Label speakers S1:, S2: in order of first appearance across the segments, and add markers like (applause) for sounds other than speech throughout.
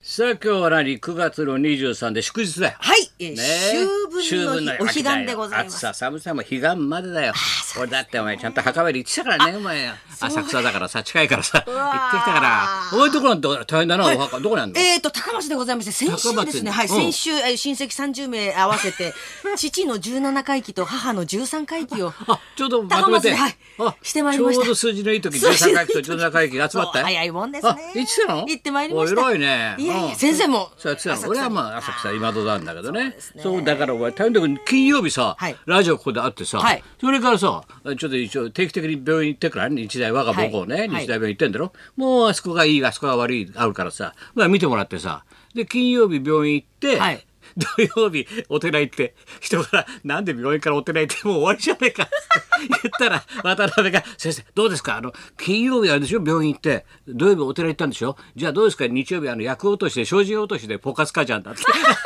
S1: さあ今日は何9月の23で祝日だよ。
S2: はい、えー
S1: ね
S2: 秋分の日お彼岸でございま
S1: 暑
S2: す。
S1: さ寒さも彼岸までだよ。俺だってお前ちゃんと墓参り行ってきたからねお前。浅草だからさ近いからさ行
S2: わー
S1: ってきたから。お前どこなんだ大変だなお墓どこなんだ。
S2: えーと高松でございまして先週ですね、
S1: 高松
S2: はい、
S1: うん
S2: 先週、えー親戚30名合わせ
S1: (laughs)
S2: て父の17回忌と母の13回忌を
S1: あちょうどまとめて
S2: 高松ではい
S1: あ
S2: してまいりまし
S1: ち
S2: た
S1: ょうど数字のいい時
S2: 数字
S1: 13
S2: のい
S1: 回
S2: い
S1: 忌
S2: 時
S1: と17回忌が集まったよ
S2: そう早いもんですね
S1: あ行ってたの
S2: 行ってまいりました
S1: お偉いね
S2: いやいや
S1: うん
S2: 先生も
S1: そうやってたの
S2: 浅草
S1: 俺はまあ浅草今戸なんだけどね
S2: ですね
S1: そうだから俺大変だけど金曜日さ
S2: はい
S1: ラジオここで会ってさ
S2: はい
S1: それからさちょっと一応定期的に病院行ってからね日大我が母校
S2: は
S1: ね
S2: い
S1: 日大病院行ってんだろもうあそこがいいあそこが悪いあるからさまあ見てもらってさで金曜日病院行って
S2: はい
S1: 土曜日お寺行って人から「なんで病院からお寺行ってもう終わりじゃねえか」って言ったら渡辺が「先生どうですかあの金曜日あれでしょ病院行って土曜日お寺行ったんでしょじゃあどうですか日曜日あの薬落としで精進落としでポカスカじゃんだ」って。 (laughs)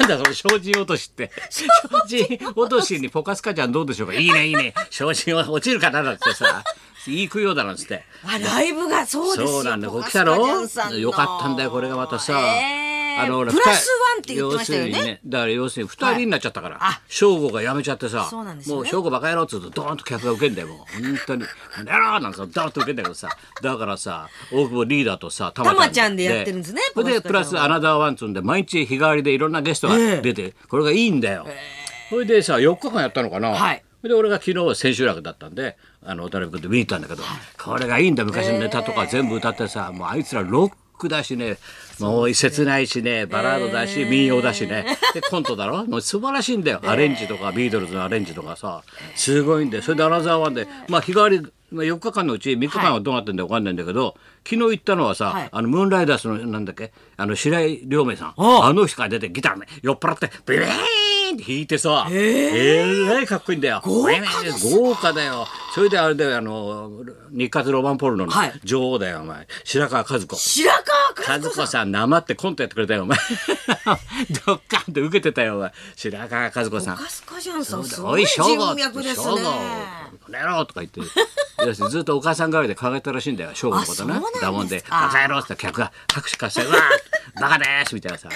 S1: なんだその精進落としって精進落としにポカスカちゃんどうでしょうかいいねいいね精進は落ちるかななんてさいい供養だなんつって
S2: あライブがそうですよ
S1: そうなんだよ、こう
S2: 小
S1: 来
S2: 笠
S1: たろ
S2: 原淳さんの
S1: よかったんだよ、これがまたさ。
S2: えー
S1: 俺
S2: プ
S1: 二人
S2: ラスワンって言ってましたよ
S1: 要するに
S2: ね。
S1: だから要するに二人になっちゃったから
S2: あ、
S1: 省吾が辞めちゃってさ、
S2: そうなんですよ
S1: も
S2: ね
S1: う省吾バカ野郎っつうとドーンと客が受けんだよ、もう。本当に。なんだろなんてさ、ドーンと受けんだけどさ、だからさ、大久保リーダーとさ、た
S2: たまちゃんでやってるんですね
S1: それで、
S2: ポカスカちゃんは
S1: プラスアナダーワンっつうんで、毎日日替わりでいろんなゲストが出て、これがいいんだよ。それでさ、4日間やったのかな。
S2: はい
S1: で俺が昨日千秋楽だったんであの渡辺君と見に行ったんだけどこれがいいんだ昔のネタとか全部歌ってさ、もうあいつらロックだしねもう切ないしねバラードだし、民謡だしねでコントだろもう素晴らしいんだよアレンジとかビートルズのアレンジとかさすごいんでそれでアナザーワンで、まあ、日替わりまあ4日間のうち3日間はどうなってんだか分かんないんだけど、昨日行ったのはさ、
S2: はい
S1: あのムーンライダースのなんだっけあの白井亮明さん
S2: ああ
S1: あの人が出てギターね酔っ払ってビビーンって弾いてさ、えらいかっこいいんだよ
S2: 豪華
S1: えらいね豪華だよそれであれだよあの日活ロマンポルノの
S2: はい
S1: 女王だよ、お前白川和子
S2: 白川
S1: 和
S2: 和子
S1: 子さん生ってコントやってくれた
S2: (laughs)
S1: よお前ドッカンって受けてたよお前白川和子さん
S2: カスカジャンさんす
S1: お
S2: ごい
S1: い、しょう
S2: 人
S1: ご、
S2: 脈です
S1: しょう
S2: ね
S1: ご。この野郎とか言って、要するにずっとお母さん代わりで考えたらしいんだよ、しょうごのこと
S2: あ
S1: な
S2: そうなんで。すか
S1: だもんで、バカ野郎って客が拍手かして、うわー、バカでーすみたいなさ。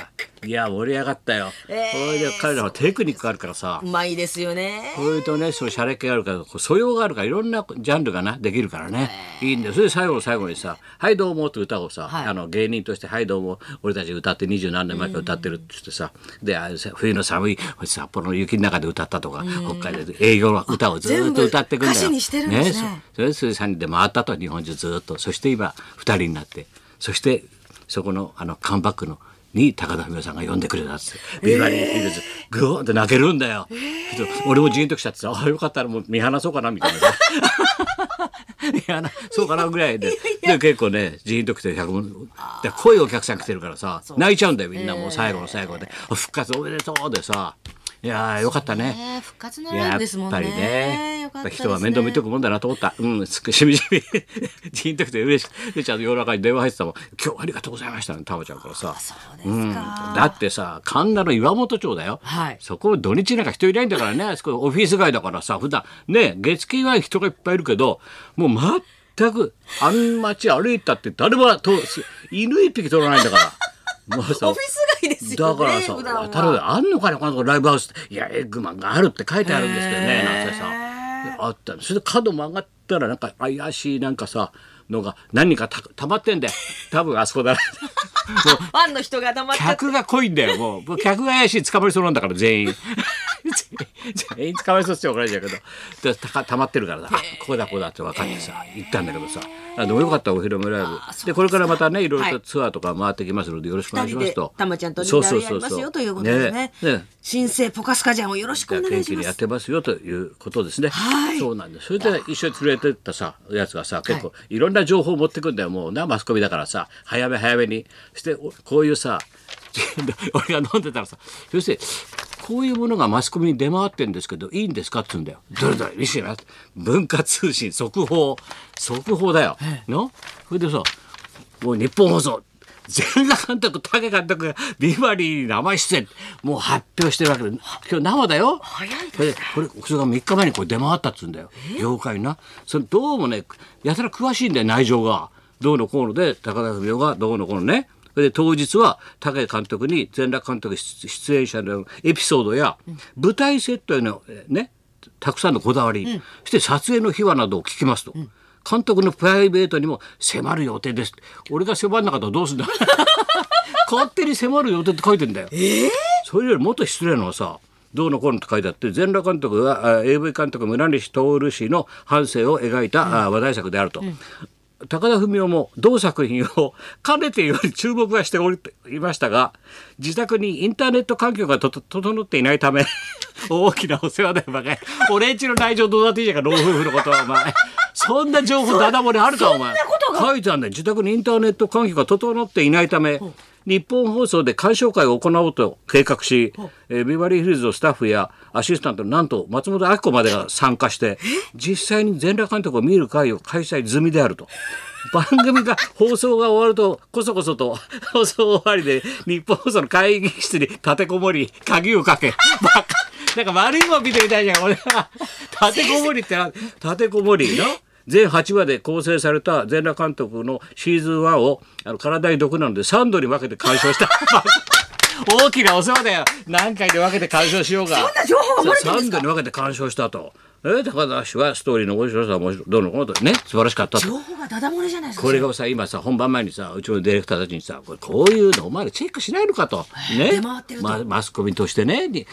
S1: いや、盛り上がったよ。そ
S2: えー
S1: れで彼らはテクニックがあるからさ
S2: う。まいですよね。
S1: これとね、その洒落気があるから、こう素養があるから、いろんなジャンルがな、できるからね。いいんだよ。それで最後の最後にさ、はいどうもって歌をさ、
S2: はい
S1: あの芸人として、はいどうも、俺たち歌って二十何年前から歌ってるって言ってさ、で、あれさ冬の寒い札幌の雪の中で歌ったとか、北海道で営業の歌をずーっと歌ってくんだよ。
S2: 全部歌詞にしてるんですね
S1: そそれでそれで3人で回ったと、日本中ずーっと。そして今、2人になって、そして、そこの、あの、カムバックの、に高田文夫さんが呼んでくれたっつって、ビーバリーヒルズ、グーンって泣けるんだよ。俺もジーンときちゃってさ、あよかったらもう見放そうかな、みたいな。いやなそうかなぐらいでで結構ねジーンときて100分で濃いお客さん来てるからさ泣いちゃうんだよみんなもう最後の最後で「復活おめでとう」でさいやーよかったね。
S2: ね復活のライ
S1: や
S2: ブ
S1: っ
S2: ですもん
S1: ぱりね、
S2: ね。
S1: や
S2: よ
S1: っ
S2: か
S1: ぱ
S2: ったですね
S1: 人は面倒見ておくもんだなと思った。うん、すくしみじみ。 (laughs) じんとくて嬉しくて、ちゃんと夜中に電話入ってたもん。今日はありがとうございましたね、たまちゃんからさ。
S2: そうですか。
S1: だってさ神田の岩本町だよ、
S2: はい
S1: そこ土日なんか人いないんだからねあそこオフィス街だからさ普段ね月金は人がいっぱいいるけどもう全くあん街歩いたって誰もと犬一匹取らないんだ
S2: (laughs)
S1: から。もうさ
S2: オフィス街ですよ
S1: だ
S2: ね。
S1: からさ、
S2: 普段は
S1: 渡辺あんのかな、このライブハウスって。いや、エッグマンがあるって書いてあるんですけどね、なんてさ。あったのそれで角曲がったら、なんか怪しいなんかさ、のが何人かた溜まってんだよ。多分あそこだな。
S2: ファンの人がたまっちゃって。
S1: 客が濃いんだよ (laughs) もうもう客が怪しい捕まりそうなんだから全員 (laughs) 全員捕まりそうっすよ怒られちゃうけどでたか溜まってるからさあここだここだって分かってさ行ったんだけどさあでもよかったお披露目ライブでこれからまたねいろいろとツアーとか回ってきますのでよろしくお願いしますと
S2: たまちゃんとリ
S1: そう
S2: ーダ
S1: そ
S2: ー
S1: うそ
S2: やり
S1: う
S2: ます
S1: そ
S2: よ
S1: う
S2: ということでね
S1: ね。
S2: 新生ポカスカジャンをよろしくお願
S1: 元
S2: いし
S1: 気
S2: ま
S1: にやっ
S2: す。
S1: てますよということですね。
S2: はい
S1: そうなんです。それで一緒に連れてったさ、やつがさ、結構いろんな情報を持ってくんだよ。もうな、マスコミだからさ、早め早めに。そして、おこういうさ、 (laughs) 俺が飲んでたらさ、そして、こういうものがマスコミに出回ってんですけど、いいんですかって言うんだよ。どれどれ、見せてみます文化通信、速報、速報だよ。のそれでさ、もう日本放送全裸監督武監督がビバリーに生出演もう発表してるわけで今日生だよ
S2: 早いです
S1: でこれそれが3日前にこれ出回ったっつうんだよ業界になそれどうもねやたら詳しいんだよ内情がどうのこうので高田文夫がどうのこうのねそれで当日は高井監督に全裸監督出出演者のエピソードや舞台セットへのえーねたくさんのこだわり、そして撮影の秘話などを聞きますと、監督のプライベートにも迫る予定です俺が迫んなかったらどうすんだ (laughs) 勝手に迫る予定って書いてんだよ。それよりもっと失礼なのはさどうのこうのって書いてあって全裸監督があ AV 監督村西徹氏の半生を描いた、あ話題作であると。高田文夫も同作品を (laughs) かねてより注目はしておりいましたが自宅にインターネット環境がとと整っていないため (laughs) 大きなお世話だよ馬鹿野俺んちの内情どうだっていいじゃんか老夫婦のことはお前そんな情報だだ漏れあるかお前書いてあるんだよ自宅にインターネット環境が整っていないため日本放送で鑑賞会を行おうと計画し、えービバリーヒルズのスタッフやアシスタントなんと松本明子までが参加して実際に全裸監督を見る会を開催済みであると。番組が放送が終わるとこそこそと (laughs) 放送終わりで日本放送の会議室に立てこもり鍵をかけバカなんか悪いもん見てみたいじゃん俺は立てこもりってな立てこもりの全8話で構成された全裸監督のシーズン1をあの体に毒なので3度に分けて鑑賞した (laughs) 大きなお世話だよ何回で分けて鑑賞しようが
S2: そんな情報が漏れてるんです
S1: 3度に分けて鑑賞したと。えー高田氏はストーリーの面白さは面白いどうのこうのとね素晴らしかったと
S2: 情報がダダ漏れじゃないですか
S1: これがさ今さ本番前にさうちのディレクターたちにさこれこういうのお前らチェックしないのかと、ね
S2: 出回ってると
S1: まマスコミとしてねに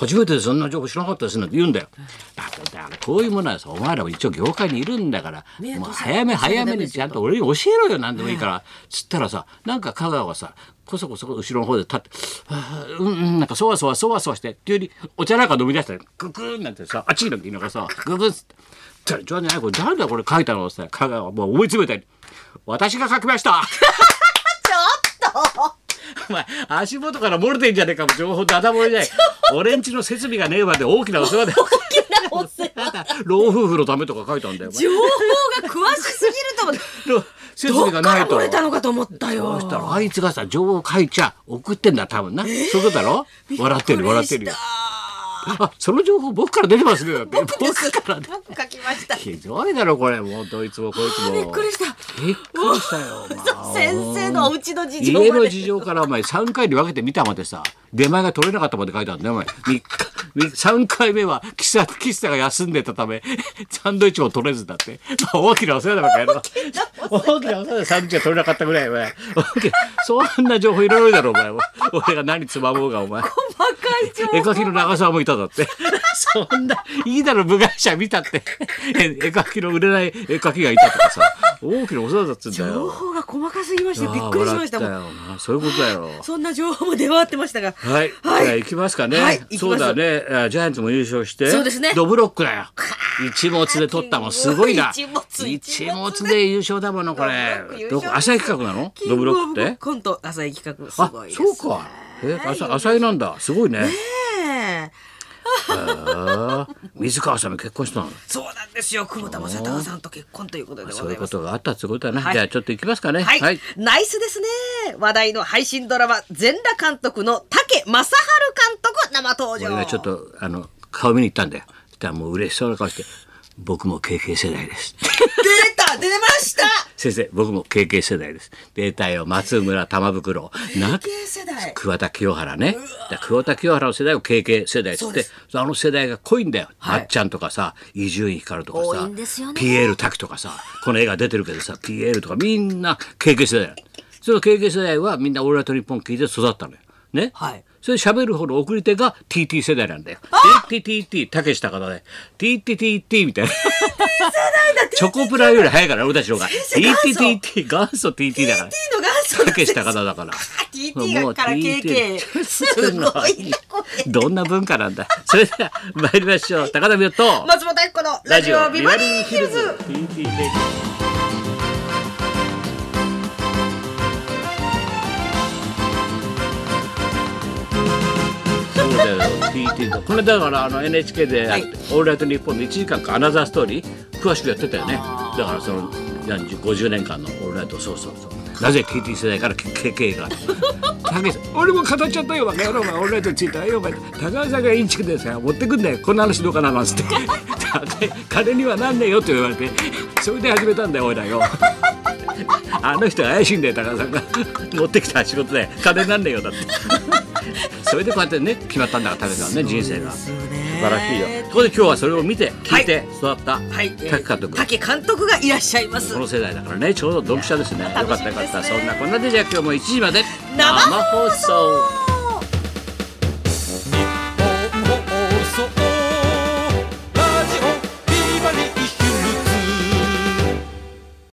S1: 初めてそんな情報知らなかったですなんて言うんだよだってだからこういうものはさお前らも一応業界にいるんだから
S2: 目を
S1: もう
S2: 通さ
S1: 早め早めにちゃんと俺に教えろよ何でもいいから、つったらさなんか香川はさこそこそ後ろの方で立って「はあうんうん」なんかそわそわそわそわして急にお茶なんか飲み出したらククーンなんてさあっちなんて言いながらさググッつって「じゃあじゃあねこれ誰だこれ書いたの?」ってさ香川はもう思い詰めたように私が書きました」お前足元から漏れてんじゃねえかも情報ダダ漏れじゃない俺んちの設備がねえまで大きなお世話だよ
S2: お世
S1: (laughs)
S2: 話
S1: 老夫婦のためとか書いたんだよお前
S2: 情報が詳しすぎる
S1: (laughs)
S2: と思って
S1: 老設
S2: どっ
S1: 備
S2: か
S1: がない
S2: ら
S1: と
S2: 漏れたのかと思った
S1: そうした
S2: よ
S1: らあいつがさ情報書いちゃ送ってんだ多分な、そういうことだろ笑ってる笑ってるよあその情報僕から出てますねだって僕からね
S2: 僕書きました
S1: ひどいだろこれもうどいつもこいつも
S2: びっくりした
S1: びっくりしたよお前
S2: 先生のお家の事情
S1: 家
S2: ま
S1: の
S2: で
S1: 事情からお前3回に分けて見たまでさ出前が取れなかったまで書いてあるんだよお前3回目は喫茶喫茶が休んでたため (laughs) サンドイッチも取れずだって大きなお世話だからやろ大きなお世話でサンドイッチが取れなかったぐらいお前 (laughs) 大きなそんな情報いらないだろお前俺が何つまもうがお前
S2: 細かい情
S1: 絵
S2: 報
S1: 描きの長澤もいただって (laughs) そんないいだろ部外者見たって (laughs) え絵描きの売れない絵描きがいたとかさ大きなお世話だっつうんだ
S2: 情
S1: よ
S2: 報が細かすぎましてびっくりしました
S1: あ
S2: も
S1: ー
S2: ん
S1: 笑ったよなそういうことだよ
S2: そんな情報も出回ってましたが
S1: はい、
S2: はい
S1: じゃあ行きますかね、
S2: はい行きます
S1: そうだねあジャイアンツも優勝して
S2: そうですね
S1: ドブロックだよ一物で取ったもんすごいな
S2: 一物
S1: 一物で優勝だものこれ
S2: ドブロック優勝
S1: どこ浅い企画なの
S2: キ
S1: ド
S2: ン
S1: ブ
S2: グ
S1: ロ
S2: オ
S1: ッ
S2: ブ
S1: クって
S2: コント浅い企画す
S1: あ
S2: ごいです
S1: そうかえ浅浅いなんだすごいね
S2: ねえ
S1: あー水川さんも結婚したの
S2: そうなんですよ久保田正孝さんと結婚ということでござい
S1: そう
S2: ま
S1: い
S2: す
S1: うことがあったってことだね、
S2: はい
S1: じゃあちょっと行きますかね
S2: はい、ナイスですね話題の配信ドラマ全裸監督の竹正治監督生登場
S1: 俺がちょっとあの顔見に行ったんだよそしたらもう嬉しそうな顔して「僕も KK 世代です」 (laughs)
S2: 出た出ました
S1: 先生僕も KK 世代ですデータよ松村玉袋な
S2: KK 世代
S1: 桑田清原ねだから桑田清原の世代を KK 世代っつ
S2: そ
S1: っ
S2: うで
S1: て
S2: す
S1: あの世代が濃いんだよ、
S2: はい
S1: まっちゃんとかさ伊集院光とか
S2: 多い
S1: さ
S2: んですよね
S1: ピエール滝とかさこの映画出てるけどさピエールとかみんな KK 世代なのその KK 世代はみんな「オールナイトニッポン」聞いて育ったのよ。ね、
S2: はい
S1: それで喋る方の送り手が TT 世代なんだよ。TTTT 竹下からね TTTT みたいな。チョコプラより早いから俺たちの方
S2: (laughs)
S1: が。TTTT 元祖 TT だから。
S2: TT の元祖
S1: 竹下方だから。
S2: TT がから KK すごいなこ
S1: (laughs)
S2: れ
S1: どんな文化なんだ。それでは参りましょう。高田美代と
S2: (laughs) 松本明子の (laughs) ラジオビバリーヒルズ。
S1: TT レディオそうだよ TT だこれだからあの NHK でやって
S2: はい
S1: 「オールナイトニッポン」の1時間かアナザーストーリー詳しくやってたよねだからその何十50年間の「オールナイト」そうそうそうなぜ TT 世代から KK (laughs) が竹さん俺も語っちゃったよバカ野郎お前オールナイトについてはよお前高橋さんがインチキでさ持ってくんだよこんな話どうかななん (laughs) つって金にはなんねえよって言われてそれで始めたんだよ俺らよあの人が怪しいんだよ高田さんが (laughs) 持ってきた仕事で金になんねえよ (laughs) だってそれでこうやってね決まったんだから高田さんね人生が
S2: 素
S1: 素
S2: 晴
S1: 晴らしいよそこで今日はそれを見て聞いて育った
S2: はい、えー
S1: 滝監督
S2: 竹監督がいらっしゃいます
S1: この世代だからねちょうど読者ですねよ
S2: いやー
S1: かったよかっ
S2: 楽
S1: た
S2: し
S1: そ
S2: みですね
S1: んなこんなでじゃあ今日も1時まで
S2: 生放送
S1: 生放送